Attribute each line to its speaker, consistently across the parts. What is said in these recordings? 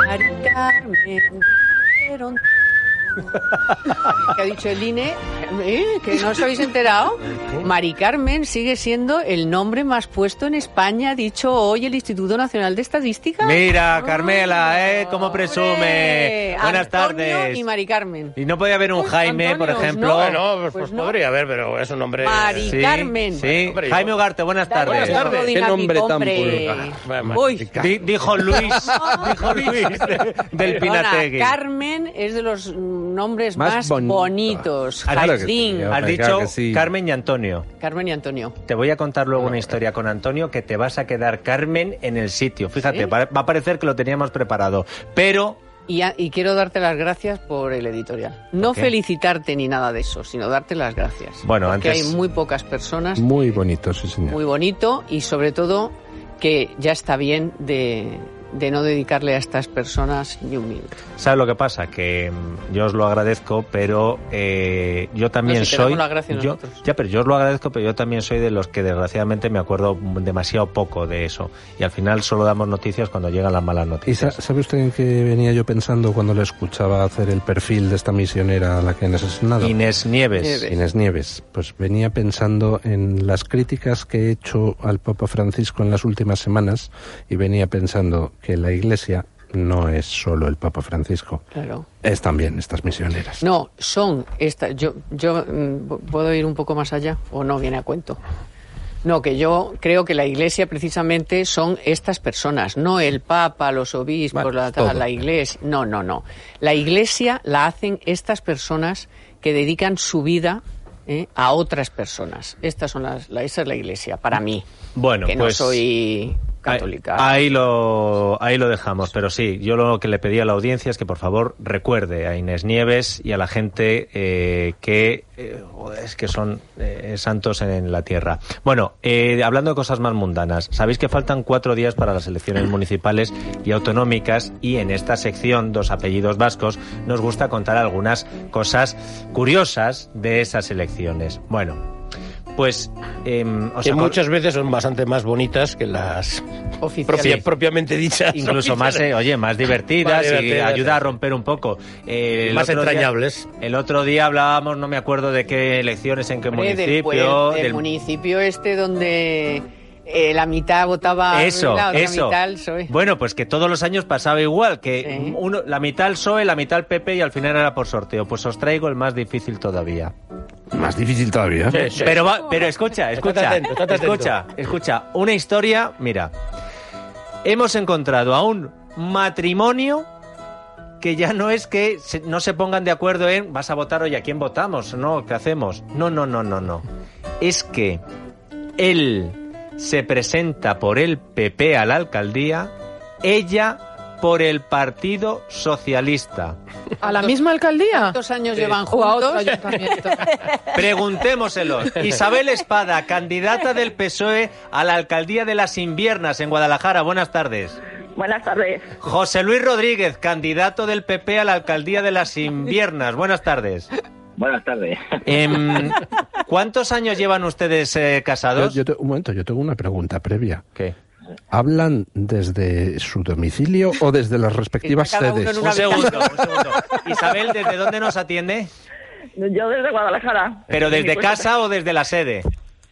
Speaker 1: que ha dicho el INE, ¿eh? que no os habéis enterado. Mari Carmen sigue siendo el nombre más puesto en España, ha dicho hoy el Instituto Nacional de Estadística.
Speaker 2: Mira, Carmela, ¿eh? ¿Cómo
Speaker 1: Hombre,
Speaker 2: presume? Buenas
Speaker 1: Antonio
Speaker 2: tardes.
Speaker 1: Y Mari Carmen.
Speaker 2: Y no podía haber un
Speaker 1: Uy,
Speaker 2: Jaime, por
Speaker 1: Antonios,
Speaker 2: ejemplo.
Speaker 1: no.
Speaker 3: Bueno, pues,
Speaker 1: Pues
Speaker 3: pues
Speaker 1: no.
Speaker 3: podría haber, pero es un eh, nombre.
Speaker 1: Mari
Speaker 2: Sí,
Speaker 1: Carmen.
Speaker 2: Sí,
Speaker 3: Hombre, yo-
Speaker 2: Jaime Ugarte, buenas tardes.
Speaker 3: Buenas tardes.
Speaker 4: Qué nombre tan
Speaker 3: vulgar.
Speaker 1: Uy.
Speaker 2: Di- dijo Luis, dijo Luis de-
Speaker 1: Perdona,
Speaker 2: del Pinategui.
Speaker 1: Carmen es de los mm, nombres más,
Speaker 4: Más bonito.
Speaker 1: bonitos.
Speaker 2: Ah, claro que
Speaker 1: Jardín.
Speaker 4: sí,
Speaker 2: Has
Speaker 4: Hombre,
Speaker 2: dicho
Speaker 4: claro que sí.
Speaker 2: Carmen y Antonio.
Speaker 1: Carmen y Antonio.
Speaker 2: Te voy a contar luego una historia con Antonio que te vas a quedar Carmen en el sitio. Fíjate,
Speaker 1: ¿Sí?
Speaker 2: va va a parecer que lo teníamos preparado, pero
Speaker 1: Y, a- y quiero darte las gracias por el editorial. No
Speaker 2: qué?
Speaker 1: felicitarte ni nada de eso, sino darte las gracias.
Speaker 2: Bueno,
Speaker 1: Porque
Speaker 2: antes-
Speaker 1: hay muy pocas personas,
Speaker 4: Muy bonito, sí, señor.
Speaker 1: muy bonito y sobre todo que ya está bien de, de no dedicarle a estas personas ni un minuto.
Speaker 2: ¿sabes lo que pasa? Que mm, yo os lo agradezco, pero eh, yo también
Speaker 1: No, si te
Speaker 2: soy
Speaker 1: damos las gracias
Speaker 2: yo,
Speaker 1: nosotros.
Speaker 2: ya, pero yo os lo agradezco, pero yo también soy de los que desgraciadamente me acuerdo demasiado poco de eso y al final solo damos noticias cuando llegan las malas
Speaker 4: ¿Y sa-
Speaker 2: noticias.
Speaker 4: sabe usted en qué venía yo pensando cuando le escuchaba hacer el perfil de esta misionera a la que han asesinado?
Speaker 2: Inés Nieves.
Speaker 1: Nieves.
Speaker 4: Inés Nieves. Pues venía pensando en las críticas que he hecho al Papa Francisco en las últimas semanas y venía pensando que la Iglesia no es solo el Papa Francisco,
Speaker 1: Claro.
Speaker 4: es también estas misioneras.
Speaker 1: No, son estas. Yo, yo mm, puedo ir un poco más allá o no viene a cuento. No, que yo creo que la Iglesia precisamente son estas personas, no el Papa, los obispos,
Speaker 4: Bueno,
Speaker 1: la, tal,
Speaker 4: todo.
Speaker 1: la Iglesia. No, no, no. La Iglesia la hacen estas personas que dedican su vida ¿eh? a otras personas. Estas son las, la- esa es la Iglesia para mí.
Speaker 2: Bueno,
Speaker 1: que
Speaker 2: pues-
Speaker 1: no soy católica.
Speaker 2: Ahí, ahí lo, ahí lo dejamos, pero sí, yo lo que le pedí a la audiencia es que por favor recuerde a Inés Nieves y a la gente eh, que eh, joder, es que son eh, santos en la tierra. Bueno, eh, hablando de cosas más mundanas, sabéis que faltan cuatro días para las elecciones municipales y autonómicas y en esta sección dos apellidos vascos nos gusta contar algunas cosas curiosas de esas elecciones. Bueno, pues em, os
Speaker 3: Que
Speaker 2: acor-
Speaker 3: muchas veces son bastante más bonitas que las
Speaker 1: Oficial.
Speaker 3: propia- propiamente dichas.
Speaker 2: incluso más eh,
Speaker 3: oficiales.
Speaker 2: oye más divertidas
Speaker 3: Más
Speaker 2: y
Speaker 3: divertidas,
Speaker 2: ayuda a
Speaker 3: sí.
Speaker 2: romper un poco Eh, el
Speaker 3: Más
Speaker 2: otro día-
Speaker 3: entrañables.
Speaker 2: el otro día hablábamos no me acuerdo de qué elecciones en qué
Speaker 1: Hombre, del
Speaker 2: municipio
Speaker 1: puer- del
Speaker 2: del-
Speaker 1: municipio este donde eh, la mitad votaba
Speaker 2: eso
Speaker 1: la otra
Speaker 2: eso
Speaker 1: mitad al PSOE.
Speaker 2: bueno pues que todos los años pasaba igual que
Speaker 1: Sí.
Speaker 2: uno, la mitad el PSOE la mitad el PP y al final era por sorteo pues os traigo el más difícil todavía
Speaker 4: Más difícil todavía.
Speaker 3: Sí, sí.
Speaker 2: Pero, va- pero escucha, escucha,
Speaker 3: atento, estate atento.
Speaker 2: escucha, escucha. Una historia, mira. Hemos encontrado a un matrimonio que ya no es que se- no se pongan de acuerdo en vas a votar hoy a quién votamos, no, ¿qué hacemos? No, no, no, no, no. Es que él se presenta por el PP a la alcaldía, ella por el Partido Socialista.
Speaker 5: ¿A la misma alcaldía?
Speaker 1: ¿Cuántos años llevan
Speaker 5: ¿O a otro
Speaker 1: juntos?
Speaker 5: ayuntamiento?
Speaker 2: Preguntémoselos. Isabel Espada, candidata del PSOE E a la alcaldía de Las Inviernas en Guadalajara. Buenas tardes.
Speaker 6: Buenas tardes.
Speaker 2: José Luis Rodríguez, candidato del PP a la alcaldía de Las Inviernas. Buenas tardes.
Speaker 7: Buenas tardes.
Speaker 2: Em, ¿Cuántos años llevan ustedes eh,
Speaker 4: Yo-
Speaker 2: casados?
Speaker 4: yo te- un momento, yo tengo una pregunta previa.
Speaker 2: ¿Qué?
Speaker 4: ¿Hablan desde su domicilio o desde las respectivas
Speaker 1: Está cada uno en
Speaker 4: sedes?
Speaker 2: Un segundo, un segundo. Isabel, ¿desde dónde nos atiende?
Speaker 6: Yo desde Guadalajara.
Speaker 2: ¿Pero desde
Speaker 6: Mi puesto-
Speaker 2: casa o desde la sede?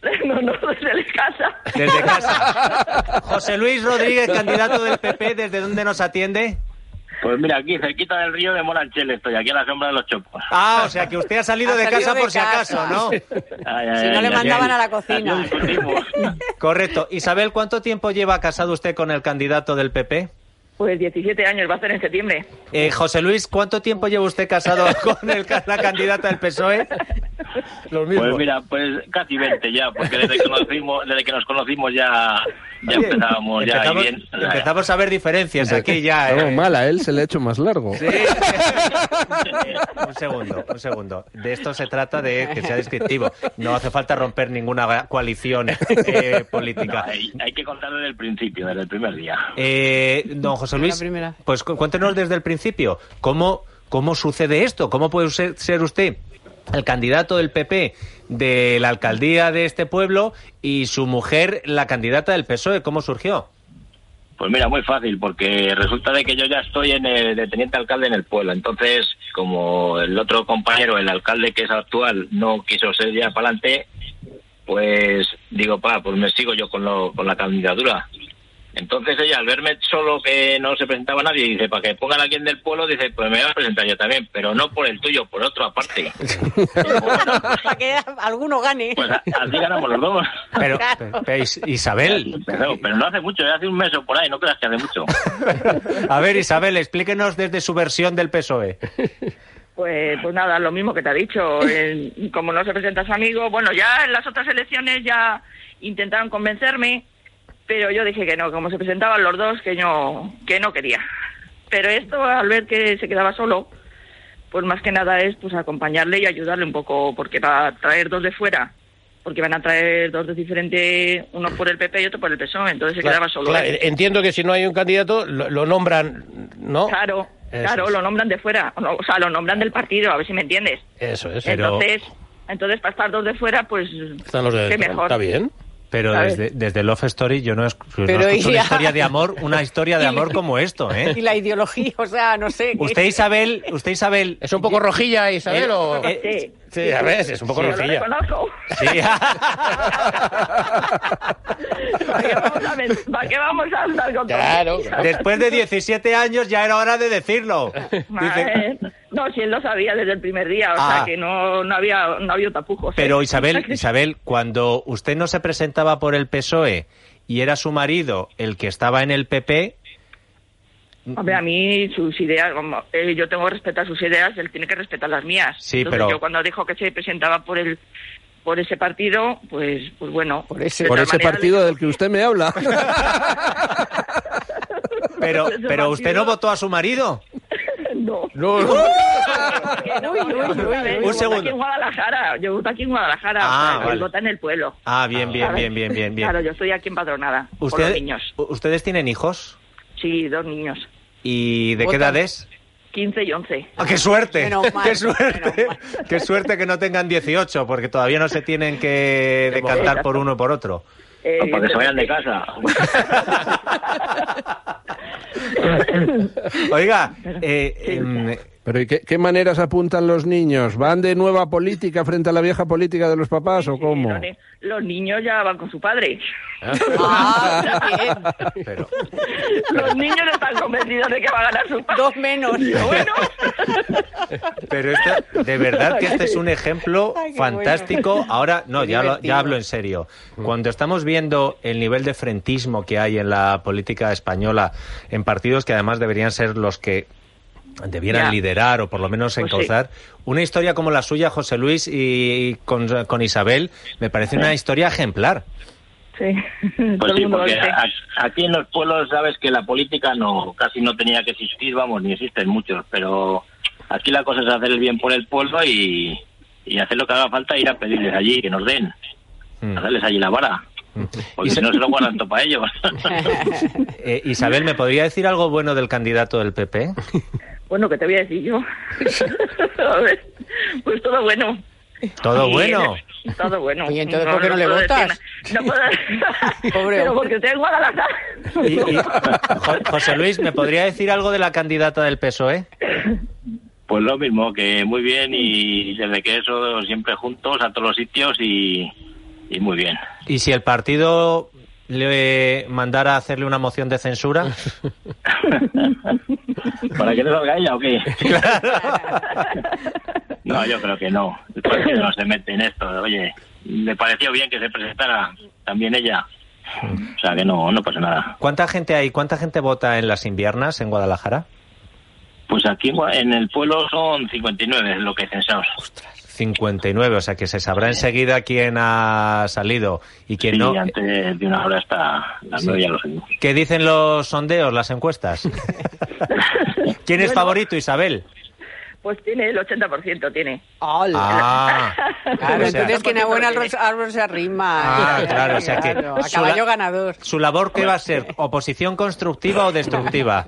Speaker 6: No, no, desde la casa.
Speaker 2: Desde casa. José Luis Rodríguez, candidato del PP, ¿desde dónde nos atiende?
Speaker 7: Pues mira, aquí cerquita del río de Moranchel estoy, aquí a la sombra de los chopos.
Speaker 2: Ah, o sea que usted ha salido
Speaker 1: Ha
Speaker 2: de
Speaker 1: salido
Speaker 2: casa
Speaker 1: de
Speaker 2: por si
Speaker 1: casa.
Speaker 2: acaso, ¿no?
Speaker 1: Si no le mandaban a la cocina.
Speaker 2: Correcto. Isabel, ¿cuánto tiempo lleva casado usted con el candidato del PP?
Speaker 6: Pues 17 años va a ser en septiembre.
Speaker 2: Eh, José Luis, ¿cuánto tiempo lleva usted casado con el, ca- la candidata del PSOE?
Speaker 3: Los mismos.
Speaker 7: Pues mira, pues casi 20 ya, porque desde que, conocimos, desde que nos conocimos ya, ya
Speaker 2: Oye,
Speaker 7: empezábamos ya ahí
Speaker 2: empezamos,
Speaker 7: bien.
Speaker 2: empezamos a ver diferencias aquí ya.
Speaker 4: No,
Speaker 2: ¿eh?
Speaker 4: mal, a él se le ha hecho más largo.
Speaker 2: un segundo, un segundo. De esto se trata de que sea descriptivo. No hace falta romper ninguna coalición eh,
Speaker 7: No,
Speaker 2: política.
Speaker 7: hay, hay que contar desde el principio, desde el primer día.
Speaker 2: Eh, don José
Speaker 1: La
Speaker 2: Luis,
Speaker 1: primera.
Speaker 2: pues cu- cuéntenos desde el principio, ¿cómo, cómo sucede esto? ¿Cómo puede ser, ser usted el candidato del PP de la alcaldía de este pueblo y su mujer la candidata del PSOE? ¿Cómo E? surgió?
Speaker 7: Pues mira, muy fácil, porque resulta de que yo ya estoy en el, de teniente alcalde en el pueblo. Entonces, como el otro compañero, el alcalde que es actual, no quiso ser ya para adelante, pues digo, pa, pues me sigo yo con, lo, con la candidatura. Entonces ella, al verme solo que no se presentaba nadie, dice, para que pongan a alguien del pueblo, dice, pues me voy a presentar yo también, pero no por el tuyo, por otro aparte. Digo, bueno,
Speaker 1: Para que alguno gane.
Speaker 7: pues a- así ganamos los dos.
Speaker 2: Pero,
Speaker 1: Claro.
Speaker 2: pe- pe- Isabel,
Speaker 7: Pero, pero no hace mucho, ya hace un mes o por ahí, no creas que hace mucho.
Speaker 2: a ver, Isabel, explíquenos desde su versión del PSOE.
Speaker 6: Pues, pues nada, lo mismo que te ha dicho. eh, como no se presenta su amigo, bueno, ya en las otras elecciones ya intentaron convencerme, pero yo dije que no, como se presentaban los dos, que no, que no quería. Pero esto, al ver que se quedaba solo, pues más que nada es pues acompañarle y ayudarle un poco, porque va a traer dos de fuera, porque van a traer dos de diferente, uno por el PP y otro por el PSOE, E, entonces se quedaba solo.
Speaker 3: Claro,
Speaker 6: él.
Speaker 3: entiendo que si no hay un candidato, lo, lo nombran, ¿no?
Speaker 6: Claro,
Speaker 3: Eso
Speaker 6: claro,
Speaker 3: es.
Speaker 6: lo nombran de fuera, o no- o sea, lo nombran del partido, a ver si me entiendes.
Speaker 3: Eso es.
Speaker 6: Entonces, entonces para estar dos de fuera, pues
Speaker 3: Están los de
Speaker 6: qué
Speaker 3: dentro.
Speaker 6: mejor.
Speaker 3: Está bien.
Speaker 2: Pero
Speaker 6: A ver.
Speaker 2: desde, desde Love Story yo no, es, no
Speaker 1: Pero
Speaker 2: escucho una
Speaker 1: ya.
Speaker 2: historia de amor, una historia de amor como esto,
Speaker 1: Y
Speaker 2: ¿eh?
Speaker 1: la ideología, o sea, no sé. que-
Speaker 2: Usted Isabel, usted Isabel,
Speaker 3: ¿Es un poco rojilla, Isabel?
Speaker 2: Eh,
Speaker 3: o...
Speaker 2: eh,
Speaker 6: Sí,
Speaker 3: sí, a ver, es un poco
Speaker 6: yo lo
Speaker 3: rojilla.
Speaker 6: reconozco.
Speaker 2: sí.
Speaker 6: ¿Para qué vamos a men- para qué vamos a andar con todo?
Speaker 3: Claro.
Speaker 2: Después de 17 años ya era hora de decirlo. Dice-
Speaker 6: Madre. No, si él lo sabía desde el primer día, o
Speaker 2: Ah.
Speaker 6: sea que no, no había no había tapujos. ¿eh?
Speaker 2: Pero Isabel, Isabel, cuando usted no se presentaba por el PSOE E y era su marido el que estaba en el PP,
Speaker 6: Hombre, a mí sus ideas, como, eh, yo tengo que respetar sus ideas, él tiene que respetar las mías.
Speaker 2: Sí,
Speaker 6: Entonces,
Speaker 2: pero-
Speaker 6: Yo cuando dijo que se presentaba por el por ese partido, pues pues bueno.
Speaker 1: Por ese-
Speaker 6: de
Speaker 4: Por
Speaker 6: todas
Speaker 4: ese
Speaker 6: maneras,
Speaker 4: partido del que usted me habla.
Speaker 2: pero,
Speaker 6: Ese
Speaker 2: pero usted
Speaker 6: partido-
Speaker 2: no votó a su marido.
Speaker 6: No.
Speaker 3: No, no.
Speaker 6: Uy, uy, uy, uy.
Speaker 2: Un
Speaker 6: Yo voto
Speaker 2: segundo.
Speaker 6: Aquí en Guadalajara, yo voto aquí en Guadalajara,
Speaker 2: Ah,
Speaker 6: o sea, él
Speaker 2: vale.
Speaker 6: vota en el pueblo.
Speaker 2: Ah, bien, bien,
Speaker 6: ¿sabes?
Speaker 2: bien, bien, bien, bien.
Speaker 6: Claro, yo estoy aquí empadronada por los
Speaker 2: Usted-
Speaker 6: niños.
Speaker 2: ¿Ustedes tienen hijos?
Speaker 6: Sí, dos niños,
Speaker 2: ¿Y de qué
Speaker 1: Votan.
Speaker 2: edades?
Speaker 6: 15 y 11.
Speaker 2: ¡Ah, ¡Qué suerte!
Speaker 1: Menos mal,
Speaker 2: ¡Qué suerte!
Speaker 1: menos mal.
Speaker 2: ¡Qué suerte que no tengan 18! Porque todavía no se tienen que decantar por uno o por otro.
Speaker 6: Eh,
Speaker 7: Para que se vayan de casa.
Speaker 2: Oiga, eh, em,
Speaker 4: Pero ¿y qué, qué maneras apuntan los niños? ¿Van de nueva política frente a la vieja política de los papás o cómo?
Speaker 6: los ni- Los niños ya van con su padre.
Speaker 1: Ah, bien.
Speaker 2: pero,
Speaker 6: Los niños están convencidos de que va a ganar su padre.
Speaker 1: Dos menos.
Speaker 6: Bueno,
Speaker 2: pero esto- de verdad que este es un ejemplo
Speaker 1: Ay, qué
Speaker 2: fantástico. Ahora, no,
Speaker 1: Qué
Speaker 2: ya, lo-
Speaker 1: divertido.
Speaker 2: ya hablo en serio. Cuando estamos viendo el nivel de frentismo que hay en la política española, en partidos que además deberían ser los que debieran
Speaker 6: Ya.
Speaker 2: liderar o por lo menos
Speaker 6: Pues sí.
Speaker 2: encauzar. Una historia como la suya, José Luis, y con, con Isabel, me parece una historia ejemplar.
Speaker 6: sí.
Speaker 7: Pues
Speaker 6: Todo el
Speaker 7: sí,
Speaker 6: mundo lo
Speaker 7: porque
Speaker 6: dice.
Speaker 7: a- aquí en los pueblos sabes que la política no casi no tenía que existir, vamos, ni existen muchos, pero aquí la cosa es hacer el bien por el pueblo y, y hacer lo que haga falta, ir a pedirles allí, que nos den,
Speaker 2: Mm.
Speaker 7: hacerles allí la vara, porque si no se lo guardan todo para ellos.
Speaker 2: Eh, Isabel, ¿me podría decir algo bueno del candidato del PP?
Speaker 6: Bueno, ¿qué te voy a decir yo? A ver, pues todo bueno.
Speaker 2: Todo
Speaker 6: Sí,
Speaker 2: bueno.
Speaker 6: eh, Todo bueno.
Speaker 1: Oye, entonces, ¿por qué no le
Speaker 6: puedo decir
Speaker 1: votas?
Speaker 6: nada. No puedo...
Speaker 1: Pobre hombre.
Speaker 6: Pero porque estoy en Guadalajara.
Speaker 2: Y- y- Jo- José Luis, ¿me podría decir algo de la candidata del PSOE?
Speaker 7: Pues lo mismo, que muy bien y desde que eso siempre juntos a todos los sitios y, y muy bien.
Speaker 2: ¿Y si el partido le mandara a hacerle una moción de censura?
Speaker 7: ¿Para que no salga ella o qué? No, yo creo que no. El partido no se mete en esto. Oye, me pareció bien que se presentara también ella. O sea, que no, no pasa nada.
Speaker 2: ¿Cuánta gente hay? ¿Cuánta gente vota en las inviernas en Guadalajara?
Speaker 7: Pues aquí en Gua- en el pueblo son 59 lo que censados.
Speaker 2: 59, o sea que se sabrá enseguida quién ha salido y quién
Speaker 7: Sí,
Speaker 2: no.
Speaker 7: antes de una hora hasta las nueve ya lo sé.
Speaker 2: ¿Qué dicen los sondeos, las encuestas? ¿Quién es
Speaker 6: Bueno.
Speaker 2: favorito, Isabel?
Speaker 6: Pues tiene el 80%, tiene.
Speaker 1: Hola.
Speaker 2: Ah,
Speaker 1: Claro,
Speaker 2: o sea,
Speaker 1: entonces quien a buen árbol árbol se arrima.
Speaker 2: Ah, claro, o sea que-
Speaker 1: Claro, A caballo ganador.
Speaker 2: ¿Su labor qué va a ser? ¿Oposición constructiva o destructiva?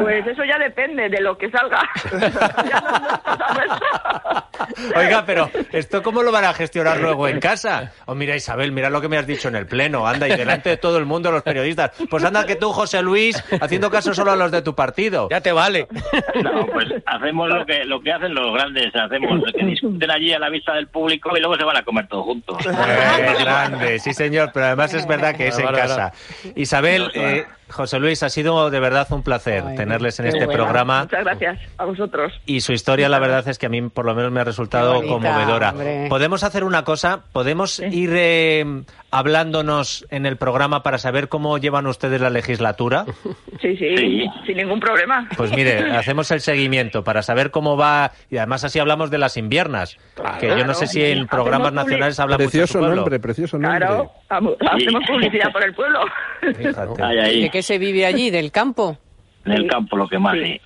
Speaker 6: Pues eso ya depende de lo que salga. Ya no es cosa nuestra.
Speaker 2: Oiga, pero ¿esto cómo lo van a gestionar luego en casa? O mira, Isabel, mira lo que me has dicho en el Pleno, anda, y delante de todo el mundo, los periodistas. Pues anda que tú, José Luis, haciendo caso solo a los de tu partido.
Speaker 3: Ya te vale.
Speaker 7: No, pues hacemos lo que lo que hacen los grandes, hacemos lo que discuten allí a la vista del público y luego se van a comer todos juntos.
Speaker 2: Eh, grande, sí señor, pero además es verdad que es en casa. Isabel, eh, José Luis, ha sido de verdad un placer
Speaker 1: Ay,
Speaker 2: tenerles en
Speaker 1: qué
Speaker 2: este
Speaker 1: buena.
Speaker 2: programa.
Speaker 6: Muchas gracias a vosotros.
Speaker 2: Y su historia, la verdad es que a mí por lo menos me ha resultado
Speaker 1: Qué bonita,
Speaker 2: conmovedora.
Speaker 1: hombre.
Speaker 2: Podemos hacer una cosa, podemos ir eh, hablándonos en el programa para saber cómo llevan ustedes la legislatura.
Speaker 6: Sí, sí,
Speaker 7: Sí.
Speaker 6: sin ningún problema.
Speaker 2: Pues mire, hacemos el seguimiento para saber cómo va y además así hablamos de las inviernas, que yo no sé si en
Speaker 6: Hacemos
Speaker 2: programas
Speaker 6: public-
Speaker 2: nacionales habla mucho de su
Speaker 4: Precioso
Speaker 2: pueblo.
Speaker 4: nombre, precioso nombre.
Speaker 6: Claro, vamos, hacemos
Speaker 7: Sí.
Speaker 6: publicidad por el pueblo.
Speaker 2: Fíjate.
Speaker 7: Ahí,
Speaker 1: ¿De
Speaker 7: ahí,
Speaker 1: qué se vive allí? ¿Del campo?
Speaker 7: en el campo lo que más. sí.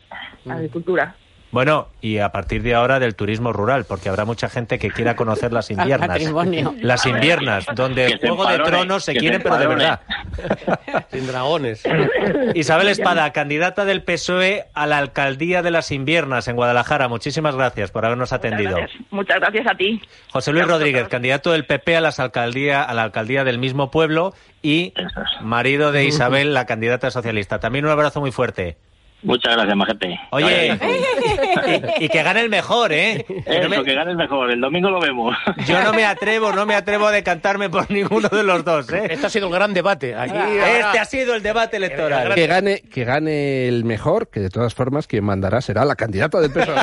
Speaker 6: Agricultura.
Speaker 2: Bueno, y a partir de ahora del turismo rural, porque habrá mucha gente que quiera conocer las inviernas.
Speaker 1: matrimonio.
Speaker 2: Las inviernas, donde
Speaker 7: Que
Speaker 2: el
Speaker 7: se
Speaker 2: juego de
Speaker 7: empadone,
Speaker 2: tronos se
Speaker 7: que se
Speaker 2: quieren, pero de
Speaker 7: empadone.
Speaker 2: verdad.
Speaker 3: Sin dragones.
Speaker 2: Isabel Espada, candidata del PSOE E a la alcaldía de las inviernas en Guadalajara. Muchísimas gracias por habernos atendido.
Speaker 6: Muchas gracias. Muchas gracias a ti.
Speaker 2: José Luis
Speaker 6: Gracias.
Speaker 2: Rodríguez, candidato del PP a, las alcaldía, a la alcaldía del mismo pueblo y
Speaker 7: Eso es.
Speaker 2: marido de Isabel, la candidata socialista. También un abrazo muy fuerte.
Speaker 7: Muchas gracias, majete.
Speaker 2: Oye,
Speaker 7: Ahí, ahí.
Speaker 2: y, y que gane el mejor, ¿eh? Que no
Speaker 7: Eso,
Speaker 2: me-
Speaker 7: que ganes mejor, el domingo lo vemos.
Speaker 2: Yo no me atrevo, no me atrevo a decantarme por ninguno de los dos, ¿eh?
Speaker 3: Este ha sido un gran debate. Aquí
Speaker 2: Este ha sido el debate electoral.
Speaker 4: Que gane, que gane el mejor, que de todas formas quien mandará será la candidata del PSOE.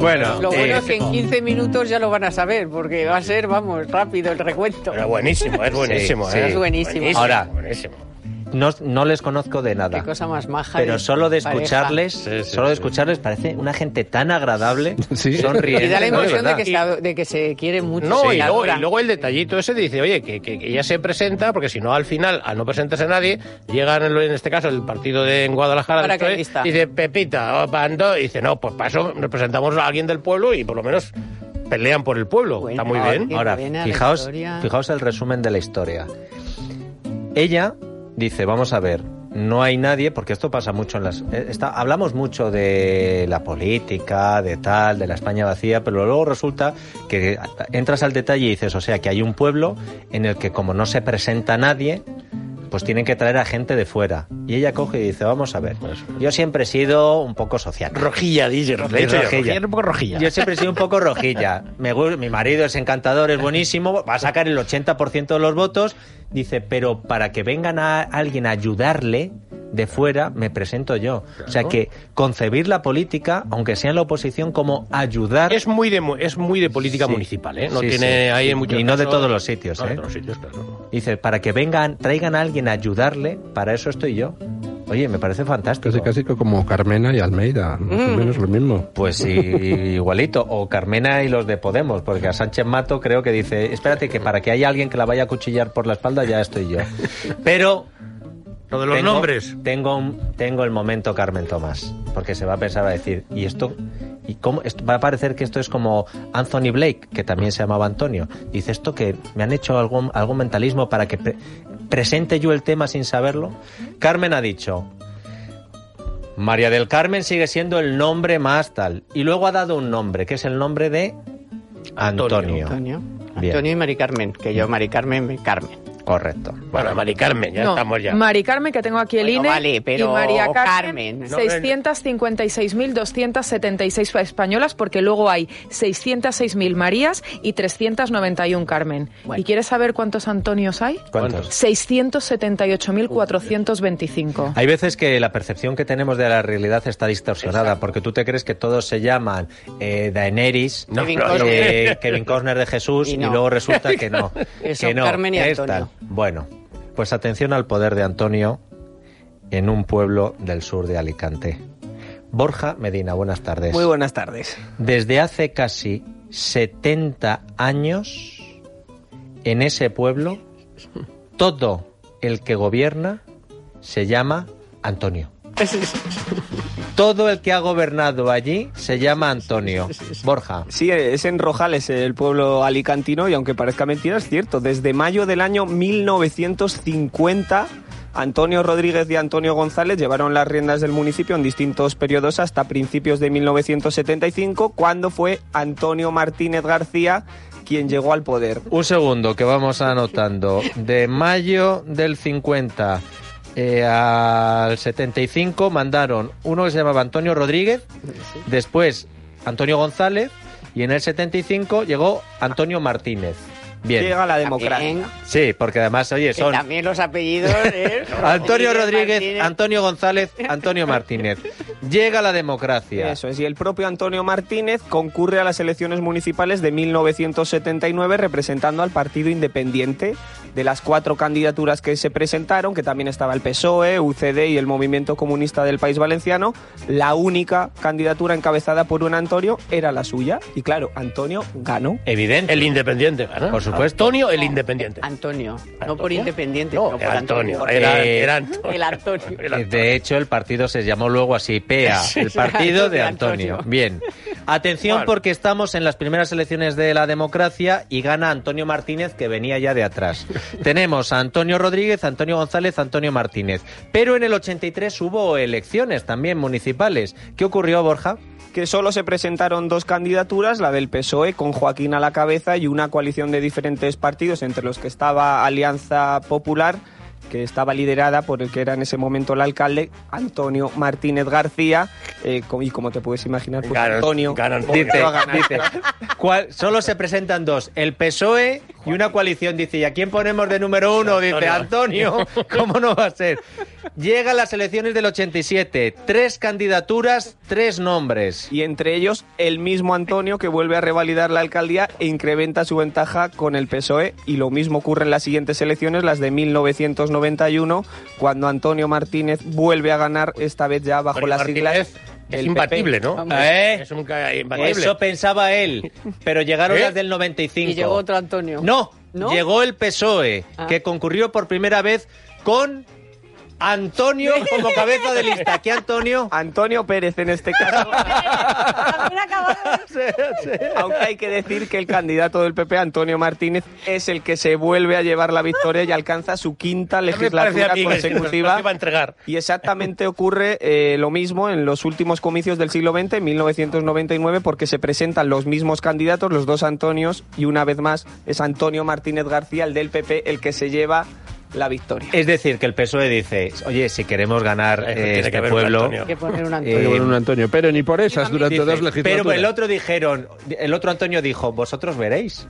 Speaker 2: Bueno,
Speaker 1: Lo bueno
Speaker 2: eh,
Speaker 1: es que en 15 minutos ya lo van a saber, porque va a ser, vamos, rápido el recuento.
Speaker 3: Pero buenísimo, es buenísimo.
Speaker 2: sí.
Speaker 3: ¿eh?
Speaker 2: Es
Speaker 1: buenísimo.
Speaker 2: Ahora.
Speaker 3: buenísimo.
Speaker 2: no, no les conozco de
Speaker 1: Qué
Speaker 2: nada.
Speaker 1: cosa más maja.
Speaker 2: Pero solo de
Speaker 1: pareja.
Speaker 2: escucharles,
Speaker 3: Sí, sí,
Speaker 2: solo de
Speaker 3: sí.
Speaker 2: escucharles parece una gente tan agradable,
Speaker 4: Sí.
Speaker 2: sonriente.
Speaker 1: Y da la
Speaker 2: No, de
Speaker 1: impresión de que,
Speaker 2: verdad.
Speaker 1: se, de que se quieren mucho.
Speaker 3: No,
Speaker 1: se
Speaker 3: y, luego, y
Speaker 1: adoran.
Speaker 3: luego el detallito ese dice, oye, que, que, que ya se presenta, porque si no, al final, al no presentarse nadie, llegan, en en este caso, el partido de en Guadalajara, del PSOE,
Speaker 1: Paracaidista.
Speaker 3: y dice, Pepita, o Pando, y dice, no, pues para eso representamos a alguien del pueblo y por lo menos pelean por el pueblo.
Speaker 1: Bueno,
Speaker 3: Está muy
Speaker 1: ahora-
Speaker 3: bien.
Speaker 1: Que
Speaker 2: Ahora,
Speaker 1: viene a la
Speaker 2: fijaos,
Speaker 1: historia.
Speaker 2: fijaos el resumen de la historia. Ella dice, vamos a ver, no hay nadie, porque esto pasa mucho en las... eh, está- hablamos mucho de la política, de tal, de la España vacía, pero luego resulta que entras al detalle y dices, o sea, que hay un pueblo en el que como no se presenta nadie, pues tienen que traer a gente de fuera. Y ella coge y dice, vamos a ver, yo siempre he sido un poco social.
Speaker 3: Rojilla, dice. De hecho,
Speaker 2: Rojilla.
Speaker 3: Rojilla era un poco rojilla.
Speaker 2: Yo siempre he sido un poco rojilla. Me gu- mi marido es encantador, es buenísimo, va a sacar el 80% de los votos. Dice, pero para que vengan a alguien a ayudarle de fuera, me presento yo. O sea que concebir la política, aunque sea en la oposición, como ayudar.
Speaker 3: Es muy de, mu- es muy de política
Speaker 2: Sí.
Speaker 3: municipal, ¿eh? No
Speaker 2: Sí,
Speaker 3: tiene
Speaker 2: sí.
Speaker 3: ahí en muchos
Speaker 2: Y no de
Speaker 3: casos-
Speaker 2: todos los sitios,
Speaker 3: No de
Speaker 2: ¿eh?
Speaker 3: todos los sitios, claro.
Speaker 2: Dice, para que vengan, traigan a alguien a ayudarle, para eso estoy yo. Oye, me parece fantástico.
Speaker 4: Casi, casi como Carmena y Almeida, más
Speaker 2: Mm.
Speaker 4: o menos lo mismo.
Speaker 2: Pues sí, igualito. O Carmena y los de Podemos, porque a Sánchez Mato creo que dice, espérate que para que haya alguien que la vaya a cuchillar por la espalda ya estoy yo. Pero...
Speaker 3: Lo de los
Speaker 2: tengo-
Speaker 3: nombres.
Speaker 2: Tengo, un- tengo el momento Carmen Tomás, porque se va a pensar a decir, ¿y esto? ¿Y cómo? Esto- va a parecer que esto es como Anthony Blake, que también se llamaba Antonio. Dice esto que me han hecho algún, algún mentalismo para que pre- presente yo el tema sin saberlo. Carmen ha dicho, María del Carmen sigue siendo el nombre más tal. Y luego ha dado un nombre, que es el nombre de Antonio.
Speaker 1: Antonio.
Speaker 2: Bien. Mm.
Speaker 1: Antonio y Mari Carmen, que yo Mari Carmen, Carmen.
Speaker 2: Correcto.
Speaker 3: Bueno, Mari Carmen, ya
Speaker 5: No,
Speaker 3: estamos ya.
Speaker 5: Mari Carmen, que tengo aquí el
Speaker 1: Bueno,
Speaker 5: INE.
Speaker 1: vale, pero oh,
Speaker 5: y María
Speaker 1: Carmen.
Speaker 5: Carmen,
Speaker 1: No,
Speaker 5: 656.276 españolas, porque luego hay 606.000 Marías y 391 Carmen.
Speaker 1: Bueno.
Speaker 5: ¿Y quieres saber cuántos Antonios hay?
Speaker 2: ¿Cuántos?
Speaker 5: 678.425.
Speaker 2: Hay veces que la percepción que tenemos de la realidad está distorsionada, porque tú te crees que todos se llaman eh, Daenerys,
Speaker 3: No,
Speaker 1: Kevin
Speaker 3: no, no.
Speaker 1: Costner.
Speaker 2: eh, Kevin Costner de Jesús,
Speaker 1: Y
Speaker 2: y,
Speaker 1: no.
Speaker 2: luego resulta que no.
Speaker 1: Que
Speaker 2: que
Speaker 1: son
Speaker 2: no.
Speaker 1: Carmen y
Speaker 2: es
Speaker 1: Antonio.
Speaker 2: tal. Bueno, pues atención al poder de Antonio en un pueblo del sur de Alicante. Borja Medina, buenas tardes.
Speaker 8: Muy buenas tardes.
Speaker 2: Desde hace casi 70 años, en ese pueblo, todo el que gobierna se llama Antonio. Todo el que ha gobernado allí se llama Antonio. Borja.
Speaker 8: Sí, es en Rojales, el pueblo alicantino, y aunque parezca mentira, es cierto. Desde mayo del año 1950 Antonio Rodríguez y Antonio González llevaron las riendas del municipio en distintos periodos hasta principios de 1975, cuando fue Antonio Martínez García quien llegó al poder.
Speaker 2: Un segundo que vamos anotando. De mayo del 50 eh, al 75 mandaron uno que se llamaba Antonio Rodríguez, después Antonio González y en el 75 llegó Antonio Martínez. Bien.
Speaker 8: Llega la democracia.
Speaker 1: Bien,
Speaker 2: Sí, porque además, oye,
Speaker 1: que
Speaker 2: son
Speaker 1: también los apellidos. ¿eh?
Speaker 2: Antonio Rodríguez,
Speaker 1: Martínez.
Speaker 2: Antonio González, Antonio Martínez. Llega la democracia.
Speaker 8: Eso es, y el propio Antonio Martínez concurre a las elecciones municipales de 1979 representando al Partido Independiente. De las cuatro candidaturas que se presentaron, que también estaba el PSOE, UCD y el Movimiento Comunista del País Valenciano, la única candidatura encabezada por un Antonio era la suya. Y claro, Antonio ganó.
Speaker 2: Evidente.
Speaker 3: El independiente, ¿verdad?
Speaker 2: Por supuesto.
Speaker 3: Antonio, el independiente.
Speaker 1: Antonio, no por
Speaker 3: ¿Antonio?
Speaker 1: independiente,
Speaker 3: No,
Speaker 1: sino por
Speaker 3: era Antonio.
Speaker 1: Antonio.
Speaker 3: Era,
Speaker 2: Eh,
Speaker 3: era Antonio.
Speaker 1: El Antonio.
Speaker 2: Eh, De hecho, el partido se llamó luego así, PEA, el partido de
Speaker 1: de
Speaker 2: Antonio.
Speaker 1: Antonio.
Speaker 2: Bien. Atención
Speaker 3: Bueno.
Speaker 2: porque estamos en las primeras elecciones de la democracia y gana Antonio Martínez que venía ya de atrás. Tenemos a Antonio Rodríguez, Antonio González, Antonio Martínez. Pero en el 83 hubo elecciones también municipales. ¿Qué ocurrió, Borja?
Speaker 8: que solo se presentaron dos candidaturas, la del PSOE E con Joaquín a la cabeza y una coalición de diferentes partidos, entre los que estaba Alianza Popular, que estaba liderada por el que era en ese momento el alcalde, Antonio Martínez García, eh, co- y como te puedes imaginar, pues
Speaker 3: Claro,
Speaker 8: Antonio
Speaker 3: gana Antonio.
Speaker 2: Dice,
Speaker 8: volvió a ganar.
Speaker 2: dice, ¿cuál- solo se presentan dos, el PSOE E y una coalición. Dice, ¿y a quién ponemos de número uno? Dice, Antonio, ¿cómo no va a ser? Llegan las elecciones del 87, tres candidaturas, tres nombres.
Speaker 8: Y entre ellos, el mismo Antonio que vuelve a revalidar la alcaldía e incrementa su ventaja con el PSOE. E. Y lo mismo ocurre en las siguientes elecciones, las de 1991, cuando Antonio Martínez vuelve a ganar, esta vez ya bajo
Speaker 3: Antonio
Speaker 8: las
Speaker 3: Martínez
Speaker 8: siglas
Speaker 3: es
Speaker 8: del
Speaker 3: impatible,
Speaker 8: PP.
Speaker 3: ¿no?
Speaker 2: Hombre.
Speaker 3: Es un ca- imbatible.
Speaker 2: ¿Eh? Eso pensaba él, pero llegaron
Speaker 3: ¿Eh?
Speaker 2: las del 95.
Speaker 1: Y llegó otro Antonio.
Speaker 2: No,
Speaker 1: ¿No?
Speaker 2: llegó el PSOE,
Speaker 1: Ah.
Speaker 2: E, que concurrió por primera vez con Antonio como cabeza de lista. ¿Qué Antonio?
Speaker 8: Antonio Pérez en este caso,
Speaker 9: También acabamos.
Speaker 8: aunque hay que decir que el candidato del PP, Antonio Martínez, es el que se vuelve a llevar la victoria y alcanza su quinta
Speaker 3: Ya me parece a
Speaker 8: legislatura
Speaker 3: mí que se nos- nos
Speaker 8: consecutiva.
Speaker 3: iba a entregar.
Speaker 8: Y exactamente ocurre eh, lo mismo en los últimos comicios del siglo XX, en 1999, porque se presentan los mismos candidatos, los dos Antonios, y una vez más es Antonio Martínez García, el del PP, el que se lleva la victoria.
Speaker 2: Es decir, que el PSOE E dice, oye, si queremos ganar
Speaker 3: Eso
Speaker 2: eh,
Speaker 3: tiene que
Speaker 2: este
Speaker 3: ver con
Speaker 2: pueblo...
Speaker 3: Antonio.
Speaker 1: Hay que poner un
Speaker 2: Eh,
Speaker 4: Hay que
Speaker 1: Antonio.
Speaker 4: poner un Antonio, pero ni por esas durante
Speaker 2: Dice,
Speaker 4: dos legislaturas.
Speaker 2: Pero el otro dijeron, el otro Antonio dijo, vosotros veréis.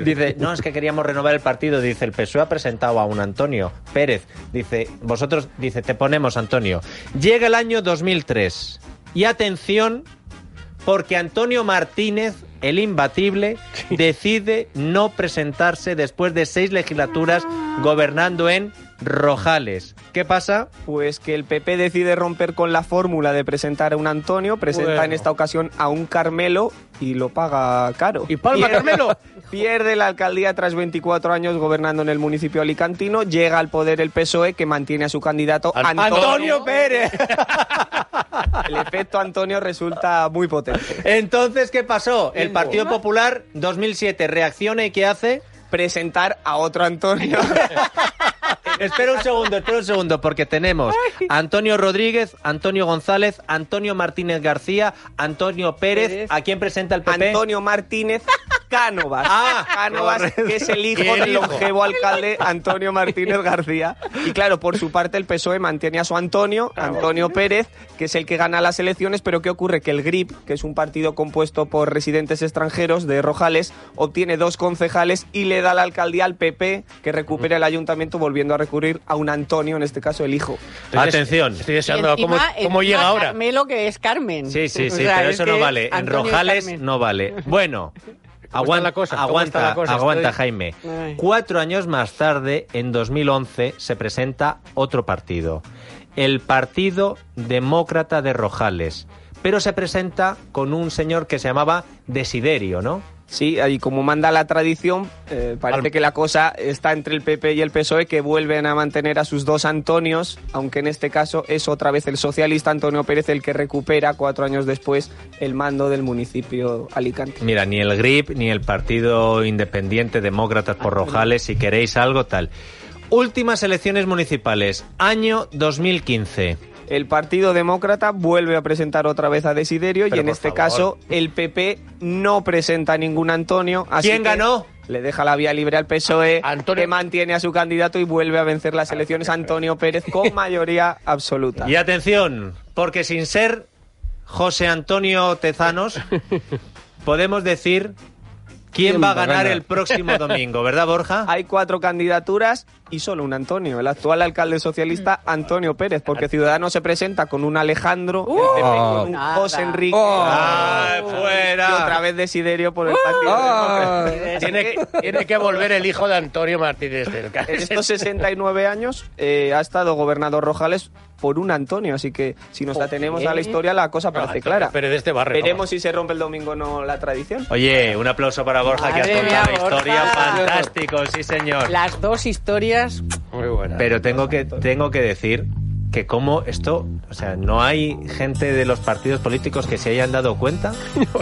Speaker 2: Dice, no, es que queríamos renovar el partido. Dice, el PSOE E ha presentado a un Antonio Pérez. Dice, vosotros, dice, te ponemos Antonio. Llega el año 2003 y atención, porque Antonio Martínez, el imbatible, decide no presentarse después de seis legislaturas gobernando en Rojales. ¿Qué pasa?
Speaker 8: Pues que el PP decide romper con la fórmula de presentar a un Antonio, presenta en
Speaker 3: Bueno.
Speaker 8: esta ocasión a un Carmelo y lo paga caro.
Speaker 3: Y palma,
Speaker 8: Pierde-
Speaker 3: Carmelo.
Speaker 8: Pierde la alcaldía tras 24 años gobernando en el municipio alicantino, llega al poder el PSOE E que mantiene a su candidato
Speaker 3: An-
Speaker 8: Antonio
Speaker 3: Antonio
Speaker 8: Pérez. El efecto Antonio resulta muy potente.
Speaker 2: Entonces, ¿qué pasó? El Partido Popular 2007 reacciona y ¿qué hace?
Speaker 8: Presentar a otro Antonio.
Speaker 2: Espera un segundo, espera un segundo, porque tenemos a Antonio Rodríguez, Antonio González, Antonio Martínez García, Antonio Pérez.
Speaker 1: Pérez.
Speaker 2: ¿A quién presenta el PP?
Speaker 8: Antonio Martínez Cánovas.
Speaker 2: Ah,
Speaker 8: Cánovas,
Speaker 2: correcto.
Speaker 8: que es el hijo
Speaker 2: El
Speaker 8: del
Speaker 2: hijo.
Speaker 8: longevo alcalde Antonio Martínez García. Y claro, por su parte el PSOE E mantiene a su Antonio, Antonio Pérez, que es el que gana las elecciones, pero ¿qué ocurre? Que el GRIP, que es un partido compuesto por residentes extranjeros de Rojales, obtiene dos concejales y le da la alcaldía al PP, que recupera el ayuntamiento volviendo a recurrir a un Antonio, en este caso el hijo.
Speaker 3: Estoy des-
Speaker 2: Atención.
Speaker 3: Estoy
Speaker 1: Y
Speaker 3: deseando cómo,
Speaker 1: encima-
Speaker 3: cómo
Speaker 1: encima
Speaker 3: llega ahora.
Speaker 1: Carmelo, que es Carmen.
Speaker 2: Sí, sí, sí,
Speaker 1: O sea,
Speaker 2: pero
Speaker 1: es
Speaker 2: eso no
Speaker 1: que
Speaker 2: vale.
Speaker 1: es
Speaker 2: En
Speaker 1: Antonio y
Speaker 2: Rojales
Speaker 1: Carmen.
Speaker 2: no vale. Bueno,
Speaker 3: ¿Cómo está
Speaker 2: aguanta,
Speaker 3: la cosa? ¿Cómo está
Speaker 2: aguanta,
Speaker 3: la cosa?
Speaker 2: aguanta,
Speaker 3: Estoy-
Speaker 2: Jaime.
Speaker 1: Ay.
Speaker 2: Cuatro años más tarde, en 2011, se presenta otro partido. El Partido Demócrata de Rojales. Pero se presenta con un señor que se llamaba Desiderio, ¿no?
Speaker 8: Sí, y como manda la tradición, eh, parece
Speaker 3: Al-
Speaker 8: que la cosa está entre el PP y el PSOE E que vuelven a mantener a sus dos Antonios, aunque en este caso es otra vez el socialista Antonio Pérez el que recupera cuatro años después el mando del municipio Alicante.
Speaker 2: Mira, ni el GRIP ni el Partido Independiente Demócratas por Rojales, si queréis algo tal. Últimas elecciones municipales, año 2015.
Speaker 8: El Partido Demócrata vuelve a presentar otra vez a Desiderio y
Speaker 2: Pero
Speaker 8: en
Speaker 2: por
Speaker 8: este
Speaker 2: favor.
Speaker 8: caso el PP no presenta a ningún Antonio. Así
Speaker 2: ¿Quién
Speaker 8: que
Speaker 2: ganó? Ah,
Speaker 8: Le deja la vía libre al PSOE,
Speaker 3: Antonio-
Speaker 8: E, que mantiene a su candidato y vuelve a vencer las elecciones Antonio Pérez con mayoría absoluta.
Speaker 2: Y atención, porque sin ser José Antonio Tezanos, podemos decir quién, va a ganar, el próximo domingo, ¿verdad, Borja?
Speaker 8: Hay cuatro candidaturas y solo un Antonio, el actual alcalde socialista Antonio Pérez, porque Ciudadanos se presenta con un Alejandro, el PP con un
Speaker 1: Nada.
Speaker 8: José Enrique.
Speaker 2: ¡Ay,
Speaker 8: Y
Speaker 2: Oh. Ah, fuera!
Speaker 8: otra vez Desiderio por el
Speaker 4: Oh.
Speaker 8: Partido
Speaker 4: Ah,
Speaker 8: Demócrata.
Speaker 3: Tiene, que- tiene que volver el hijo de Antonio Martínez del Cal.
Speaker 8: En estos 69 años eh, ha estado gobernador Rojales por un Antonio, así que si nos atenemos a la historia la cosa parece
Speaker 3: Antonio
Speaker 8: clara.
Speaker 3: Pérez de este barrio.
Speaker 8: Veremos si se rompe el domingo o no la tradición.
Speaker 2: Oye, un aplauso para Borja que
Speaker 1: Madre
Speaker 2: has contado
Speaker 1: mía,
Speaker 2: la historia.
Speaker 1: Borja.
Speaker 2: Fantástico, sí, señor.
Speaker 1: Las dos historias
Speaker 3: Muy buena.
Speaker 2: Pero tengo que, tengo que decir que como esto, o sea, no hay gente de los partidos políticos que se hayan dado cuenta.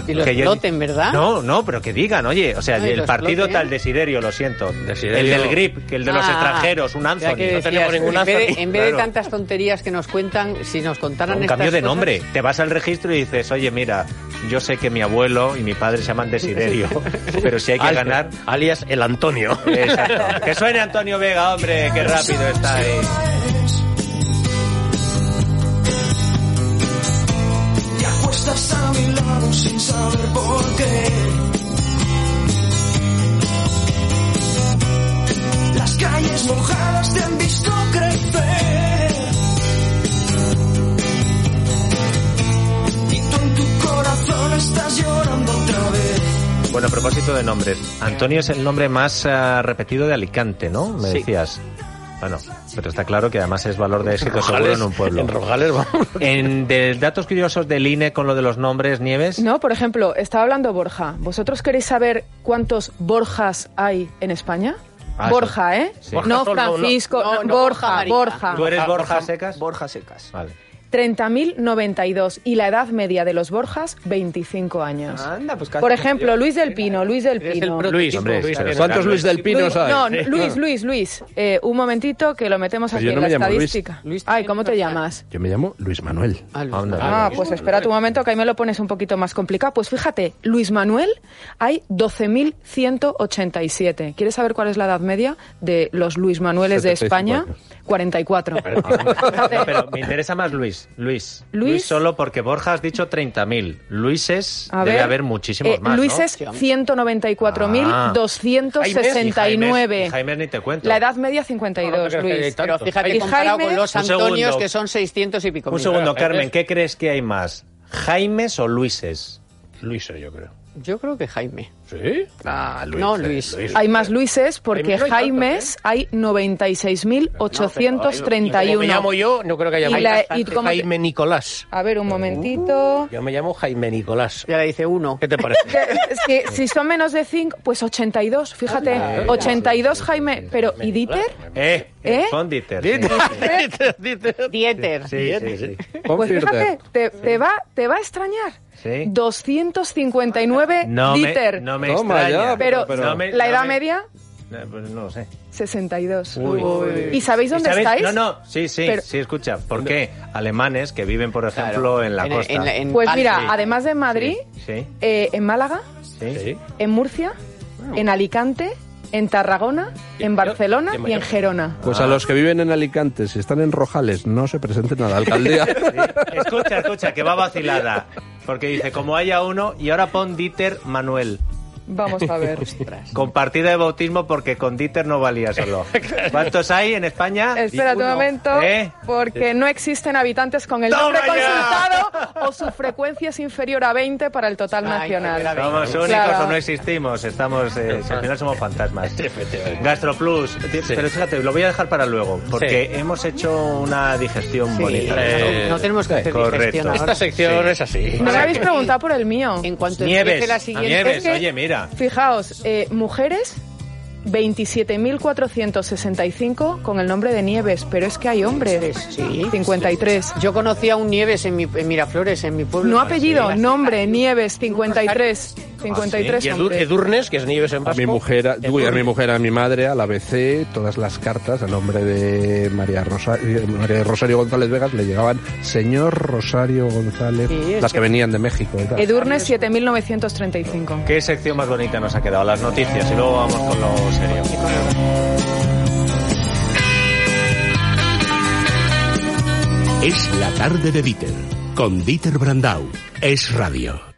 Speaker 1: y los
Speaker 2: que yo-
Speaker 1: exploten, ¿verdad?
Speaker 2: No, no, pero que digan, oye, o sea,
Speaker 1: ¿Ah? Ay,
Speaker 2: el
Speaker 1: los
Speaker 2: partido
Speaker 1: bloques.
Speaker 2: tal Desiderio, lo siento.
Speaker 3: Desiderio.
Speaker 2: El del grip, que el de los
Speaker 1: Ah,
Speaker 2: extranjeros, un
Speaker 1: ya
Speaker 2: Anthony.
Speaker 1: que
Speaker 3: No tenemos
Speaker 1: decías,
Speaker 3: ningún
Speaker 1: en vez,
Speaker 3: Anthony,
Speaker 1: de, en vez de
Speaker 2: claro.
Speaker 1: tantas tonterías que nos cuentan, si nos contaran
Speaker 2: Un
Speaker 1: estas
Speaker 2: cambio de
Speaker 1: cosas-
Speaker 2: nombre. Te vas al registro y dices, oye, mira, yo sé que mi abuelo y mi padre se llaman Desiderio, pero si hay que
Speaker 3: Alfred,
Speaker 2: ganar...
Speaker 3: Alias el Antonio.
Speaker 2: Exacto. Que suene Antonio Vega, hombre, qué rápido está ahí.
Speaker 10: Te acuestas a mi lado sin saber por qué. Las calles mojadas te han visto crecer. Y tú en tu corazón estás llorando otra vez.
Speaker 2: Bueno, a propósito de nombres, Antonio es el nombre más ah, repetido de Alicante, ¿no? Me
Speaker 8: Sí.
Speaker 2: decías. Bueno, pero está claro que además es valor de éxito seguro en un pueblo.
Speaker 3: En Rojales, vamos.
Speaker 2: En de datos curiosos del INE con lo de los nombres, Nieves.
Speaker 5: No, por ejemplo, estaba hablando Borja. ¿Vosotros queréis saber cuántos Borjas hay en España?
Speaker 2: Ah,
Speaker 5: Borja, ¿eh?
Speaker 2: Sí.
Speaker 3: Borja
Speaker 5: no
Speaker 3: solo, no.
Speaker 5: Francisco,
Speaker 1: No,
Speaker 5: no,
Speaker 1: no, Borja
Speaker 5: Borja,
Speaker 1: María.
Speaker 5: Borja.
Speaker 2: ¿Tú eres
Speaker 3: Ah,
Speaker 2: Borja
Speaker 3: Borja-
Speaker 2: Secas?
Speaker 8: Borja Secas.
Speaker 2: Vale.
Speaker 5: 30.092 y la edad media de los Borjas, 25 años.
Speaker 8: Anda, pues casi
Speaker 5: Por
Speaker 8: como
Speaker 5: ejemplo,
Speaker 8: yo.
Speaker 5: Luis del Pino, Luis del
Speaker 1: Eres el
Speaker 5: Pino.
Speaker 1: prototipo.
Speaker 3: Luis,
Speaker 2: Hombre,
Speaker 3: Luis,
Speaker 2: pero
Speaker 3: Luis,
Speaker 2: ¿cuántos
Speaker 3: Luis del
Speaker 5: Luis- no, Luis, Luis, Luis. Eh, un momentito que lo metemos
Speaker 4: Pero
Speaker 5: aquí
Speaker 4: ¿eh? yo no
Speaker 5: en la
Speaker 4: me llamo Luis.
Speaker 5: estadística.
Speaker 1: Luis
Speaker 5: Ay,
Speaker 1: tiene
Speaker 5: ¿cómo te
Speaker 1: una-
Speaker 5: llamas?
Speaker 4: Yo me llamo Luis Manuel.
Speaker 1: Ah, Luis,
Speaker 2: Anda.
Speaker 1: Manuel.
Speaker 5: Ah, pues espérate un momento que ahí me lo pones un poquito más complicado. Pues fíjate, Luis Manuel hay 12.187. ¿Quieres saber cuál es la edad media de los Luis Manueles de
Speaker 4: 75
Speaker 5: España?
Speaker 4: años.
Speaker 5: 44.
Speaker 2: No, pero me interesa más Luis. Luis.
Speaker 5: Luis.
Speaker 2: solo porque Borja has dicho 30.000. Luises
Speaker 5: A
Speaker 2: debe
Speaker 5: ver,
Speaker 2: haber muchísimos
Speaker 5: eh,
Speaker 2: más.
Speaker 5: Luis
Speaker 2: ¿no?
Speaker 5: es 194.269.
Speaker 2: Y Jaime ni te cuento.
Speaker 5: La edad media 52,
Speaker 3: No, no, no,
Speaker 5: Luis.
Speaker 3: no, no,
Speaker 1: Pero
Speaker 3: no, no, no, no, no, no, no, no, no, no, no, no, no, tanto.
Speaker 1: fíjate,
Speaker 5: Ay,
Speaker 1: comparado
Speaker 5: Jaime-
Speaker 1: con los
Speaker 2: Un segundo.
Speaker 1: Antonios, que son 600 y pico.
Speaker 2: Un
Speaker 1: mil.
Speaker 2: segundo,
Speaker 3: Claro,
Speaker 2: Carmen,
Speaker 3: es-
Speaker 2: ¿qué crees que hay más? ¿Jaimes o Luises?
Speaker 3: Luis, yo creo.
Speaker 1: Yo creo que Jaime.
Speaker 3: ¿Sí?
Speaker 4: Ah, Luis.
Speaker 1: no, Luis.
Speaker 5: Hay más Luises porque
Speaker 3: Hay menos, hay
Speaker 5: Jaimes hay
Speaker 3: Y como me llamo
Speaker 5: 96.831.
Speaker 3: yo, no creo que haya
Speaker 5: Y
Speaker 3: más.
Speaker 5: la- y
Speaker 3: Bastante.
Speaker 5: como te-
Speaker 3: Jaime Nicolás.
Speaker 5: A ver, un momentito.
Speaker 3: Yo me llamo Jaime Nicolás.
Speaker 1: Ya le dice uno.
Speaker 3: ¿Qué te parece?
Speaker 5: si, si son menos de 5, pues 82, fíjate. 82, Jaime. Pero, ¿y Dieter?
Speaker 2: ¿Eh?
Speaker 5: ¿Eh?
Speaker 2: Son Dieter.
Speaker 3: Dieter, Dieter.
Speaker 1: Dieter.
Speaker 2: Sí, sí, sí.
Speaker 5: Pues fíjate, te, te va, te va a extrañar.
Speaker 2: Sí.
Speaker 5: 259
Speaker 2: No
Speaker 5: Dieter.
Speaker 2: me, no me
Speaker 4: Toma
Speaker 2: extraña.
Speaker 4: ya,
Speaker 5: pero,
Speaker 4: pero-
Speaker 2: No me-
Speaker 5: la
Speaker 2: no
Speaker 5: edad
Speaker 2: me-
Speaker 5: media,
Speaker 2: No, pues no lo sé.
Speaker 5: 62.
Speaker 2: Uy.
Speaker 5: ¿Y sabéis dónde
Speaker 2: ¿Sabes?
Speaker 5: estáis?
Speaker 2: No, no, sí, sí,
Speaker 5: Pero-
Speaker 2: sí, escucha. ¿Por qué? Alemanes que viven, por ejemplo, en la costa.
Speaker 1: en
Speaker 5: Pues
Speaker 1: Palma.
Speaker 5: mira,
Speaker 1: Sí.
Speaker 5: además de Madrid,
Speaker 2: Sí,
Speaker 5: eh, en Málaga,
Speaker 2: sí. sí.
Speaker 5: en Murcia, en Alicante, en Tarragona, en Barcelona y en Gerona.
Speaker 4: Pues a los que viven en Alicante, si están en Rojales, no se presenten a la alcaldía.
Speaker 2: Escucha, escucha, que va vacilada. Porque dice, como haya uno, y ahora pon Dieter Manuel.
Speaker 5: Vamos a ver.
Speaker 2: Con partida de bautismo porque con Dieter no valía solo. ¿Cuántos hay en España?
Speaker 5: Espera un
Speaker 2: Uno.
Speaker 5: momento,
Speaker 2: ¿Eh?
Speaker 5: porque no existen habitantes con el
Speaker 2: ¡Toma
Speaker 5: nombre
Speaker 2: ya!
Speaker 5: consultado o su frecuencia es inferior a 20 para el total
Speaker 1: Ay,
Speaker 5: nacional.
Speaker 1: espera,
Speaker 2: Somos únicos
Speaker 5: Claro.
Speaker 2: o no existimos, estamos, eh, si al final somos fantasmas. Gastroplus, pero fíjate, lo voy a dejar para luego, porque hemos hecho una digestión
Speaker 1: Sí, eh,
Speaker 2: bonita. Eh,
Speaker 1: no- no tenemos que hacer
Speaker 2: correcto.
Speaker 1: digestión ahora.
Speaker 3: Eh, Esta sección es así.
Speaker 5: No me habéis preguntado por el mío.
Speaker 1: En cuanto
Speaker 2: Nieves,
Speaker 1: empiece la siguiente...
Speaker 2: Nieves,
Speaker 5: Es que-
Speaker 2: oye, mira.
Speaker 5: Fijaos, eh, mujeres 27.465 con el nombre de Nieves, pero es que hay hombres.
Speaker 1: Sí.
Speaker 5: 53.
Speaker 1: Yo conocí a un Nieves en, mi, en Miraflores, en mi pueblo.
Speaker 5: No apellido,
Speaker 1: Sí.
Speaker 5: nombre, Nieves, 53. 53
Speaker 3: Ah, Y Edu-
Speaker 5: hombres.
Speaker 3: Edurnes, que es Nieves en
Speaker 4: A
Speaker 3: Vasco.
Speaker 4: mi mujer, a, uy, a mi
Speaker 3: Edurne.
Speaker 4: mujer, a mi madre, a la ABC, todas las cartas a nombre de María, Rosa- eh, María Rosario González Vegas le llegaban señor Rosario González,
Speaker 5: Sí, es
Speaker 4: las que
Speaker 5: que-
Speaker 4: venían de México. y tal.
Speaker 5: Edurne 7935.
Speaker 2: ¿Qué sección más bonita nos ha quedado? Las noticias y luego vamos con lo serio.
Speaker 11: Es la tarde de Dieter, con Dieter Brandau. Es radio.